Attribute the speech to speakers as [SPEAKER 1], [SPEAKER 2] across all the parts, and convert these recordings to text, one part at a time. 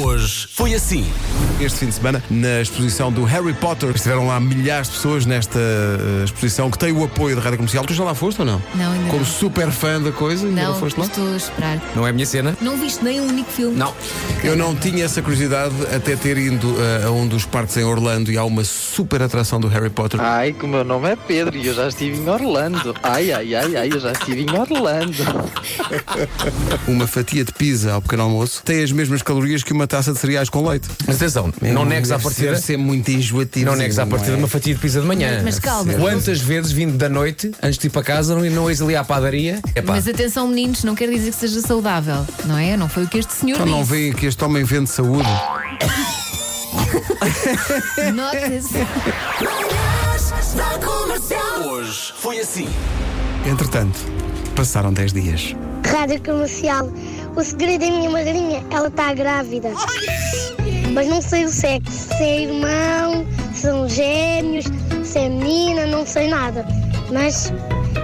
[SPEAKER 1] Hoje foi assim.
[SPEAKER 2] Este fim de semana, na exposição do Harry Potter, estiveram lá milhares de pessoas nesta eh, exposição que tem o apoio da Rádio Comercial. Tu já lá foste ou não?
[SPEAKER 3] Não, ainda
[SPEAKER 2] Como
[SPEAKER 3] não.
[SPEAKER 2] super fã da coisa, ainda não
[SPEAKER 3] Não,
[SPEAKER 2] foste lá?
[SPEAKER 3] estou a esperar.
[SPEAKER 1] Não é a minha cena?
[SPEAKER 3] Não viste nem um único filme?
[SPEAKER 1] Não.
[SPEAKER 2] Eu não tinha essa curiosidade até ter ido eh, a um dos parques em Orlando e há uma super atração do Harry Potter.
[SPEAKER 4] Ai, que o meu nome é Pedro e eu já estive em Orlando. Ai, ai, ai, ai, eu já estive em Orlando.
[SPEAKER 2] Uma fatia de pizza ao pequeno almoço tem as mesmas calorias que uma taça de cereais com leite.
[SPEAKER 5] Mas atenção, não negues à
[SPEAKER 2] É um Deve
[SPEAKER 5] partida.
[SPEAKER 2] ser- ser muito enjoativo. é?
[SPEAKER 5] Não negues à partida uma fatia de pizza de manhã.
[SPEAKER 3] Mas calma.
[SPEAKER 5] Quantas vezes vindo da noite, antes de ir para casa, não, não és ali à padaria? É pá.
[SPEAKER 3] Mas atenção, meninos, não quer dizer que seja saudável, não é? Não foi o que este senhor
[SPEAKER 2] Então não
[SPEAKER 3] disse.
[SPEAKER 2] veem que este homem vende saúde.
[SPEAKER 3] Notas.
[SPEAKER 1] Hoje foi assim.
[SPEAKER 2] Entretanto, passaram 10 dias.
[SPEAKER 6] Rádio Comercial. O segredo é a minha madrinha, ela está grávida. Mas não sei o sexo, se é irmão, se são gêmeos, se é menina, não sei nada. Mas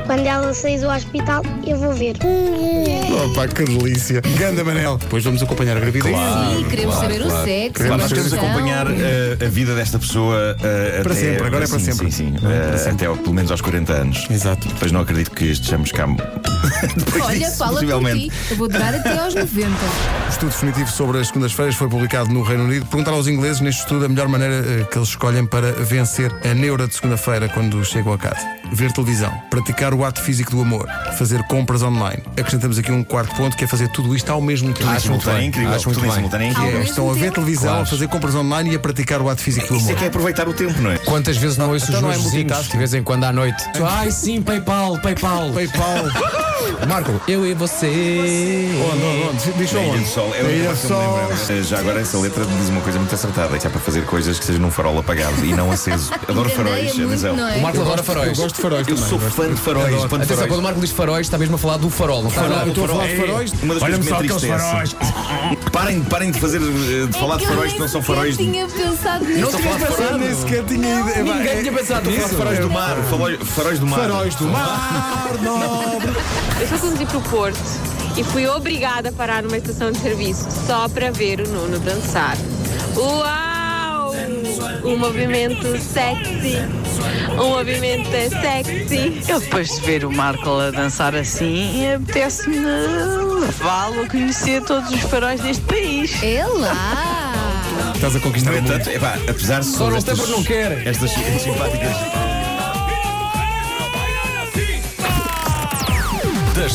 [SPEAKER 6] quando ela sair do hospital, eu vou ver.
[SPEAKER 2] Opa, Oh, que delícia. Ganda Manel. Depois vamos acompanhar a gravidez.
[SPEAKER 3] Sim, queremos saber o sexo.
[SPEAKER 7] Claro,
[SPEAKER 3] a
[SPEAKER 7] nós queremos
[SPEAKER 3] relação.
[SPEAKER 7] acompanhar eh, a vida desta pessoa eh,
[SPEAKER 2] Para
[SPEAKER 7] até-
[SPEAKER 2] sempre, agora é para
[SPEAKER 7] sim,
[SPEAKER 2] sempre.
[SPEAKER 7] Sim, sim,
[SPEAKER 2] É, para
[SPEAKER 7] eh,
[SPEAKER 2] sempre.
[SPEAKER 7] até ao- pelo menos aos 40 anos.
[SPEAKER 2] Exato.
[SPEAKER 7] Depois não acredito que estejamos cá. depois
[SPEAKER 3] Olha,
[SPEAKER 7] disso,
[SPEAKER 3] fala por
[SPEAKER 7] possivelmente.
[SPEAKER 3] ti. Eu vou durar até aos 90.
[SPEAKER 2] O estudo definitivo sobre as segundas-feiras foi publicado no Reino Unido. Perguntaram aos ingleses neste estudo a melhor maneira eh, que eles escolhem para vencer a neura de segunda-feira quando chegam a casa. Ver televisão, praticar o ato físico do amor, fazer compras online. Acrescentamos aqui um quarto ponto que é fazer tudo isto ao mesmo tempo.
[SPEAKER 7] Tudo em simultâneo é incrível.
[SPEAKER 5] Acho muito
[SPEAKER 7] tudo em
[SPEAKER 5] bem.
[SPEAKER 7] simultâneo é
[SPEAKER 2] Que
[SPEAKER 7] incrível.
[SPEAKER 2] é,
[SPEAKER 3] mesmo
[SPEAKER 2] estão a ver
[SPEAKER 3] tempo?
[SPEAKER 2] televisão,
[SPEAKER 5] Claro.
[SPEAKER 2] a fazer compras online e a praticar o ato físico do
[SPEAKER 7] Isso é
[SPEAKER 2] amor.
[SPEAKER 7] que é aproveitar o tempo, não é?
[SPEAKER 5] Quantas vezes não ouço
[SPEAKER 2] Então
[SPEAKER 5] os
[SPEAKER 2] não
[SPEAKER 5] meus
[SPEAKER 2] é
[SPEAKER 5] vizinhos
[SPEAKER 2] multitasking.
[SPEAKER 5] de vez em quando à noite? Ai sim, PayPal, PayPal.
[SPEAKER 2] PayPal.
[SPEAKER 5] Marco, eu e você.
[SPEAKER 2] onde, onde, onde? Diz-me
[SPEAKER 7] Na Ilha do
[SPEAKER 2] onde.
[SPEAKER 7] Sol. É
[SPEAKER 2] Na
[SPEAKER 7] o
[SPEAKER 2] Ilha
[SPEAKER 7] único
[SPEAKER 2] do
[SPEAKER 7] que eu me
[SPEAKER 2] Sol.
[SPEAKER 7] lembro. Eh, Já agora essa letra diz uma coisa muito acertada: que é para fazer coisas que sejam num farol apagado e não aceso. Adoro
[SPEAKER 3] Enganeia
[SPEAKER 7] faróis,
[SPEAKER 3] muito,
[SPEAKER 7] atenção.
[SPEAKER 3] não é?
[SPEAKER 5] O Marco adora
[SPEAKER 2] Eu
[SPEAKER 5] faróis.
[SPEAKER 2] gosto de faróis
[SPEAKER 7] Eu
[SPEAKER 2] também.
[SPEAKER 7] sou fã de faróis. fã de
[SPEAKER 5] Atenção,
[SPEAKER 7] faróis.
[SPEAKER 5] quando o Marco diz faróis, está mesmo a falar do farol, não está?
[SPEAKER 2] Farol,
[SPEAKER 5] nada?
[SPEAKER 2] Tá, eu estou a falar de faróis.
[SPEAKER 7] Uma das coisas que me entristece. Parem, parem de fazer eh, de falar de faróis que não são faróis
[SPEAKER 3] É Eu
[SPEAKER 7] de
[SPEAKER 3] nem sequer tinha pensado nisso.
[SPEAKER 5] Estou a falar de faróis.
[SPEAKER 2] Nem sequer tinha ideia. Vai,
[SPEAKER 5] Ninguém
[SPEAKER 2] é-
[SPEAKER 5] tinha pensado nisso.
[SPEAKER 7] Faróis do mar, faróis, faróis do mar.
[SPEAKER 2] Faróis do mar, nobre.
[SPEAKER 8] Eu fui conduzir para o Porto e fui obrigada a parar numa estação de serviço só para ver o Nuno dançar. Uau! Um movimento sexy. Um movimento é sexy.
[SPEAKER 9] Eu depois de ver o Marco a dançar assim, apetece-me levá-lo a conhecer todos os faróis deste país.
[SPEAKER 3] É lá.
[SPEAKER 2] Estás a conquistar
[SPEAKER 7] No
[SPEAKER 2] o mundo.
[SPEAKER 7] entanto, epá, apesar de
[SPEAKER 5] Só
[SPEAKER 7] todas
[SPEAKER 5] não tem
[SPEAKER 7] estas,
[SPEAKER 5] é porque não quer.
[SPEAKER 7] estas simpáticas.
[SPEAKER 1] Das